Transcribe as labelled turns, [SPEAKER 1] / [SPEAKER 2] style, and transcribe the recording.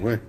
[SPEAKER 1] Ouais.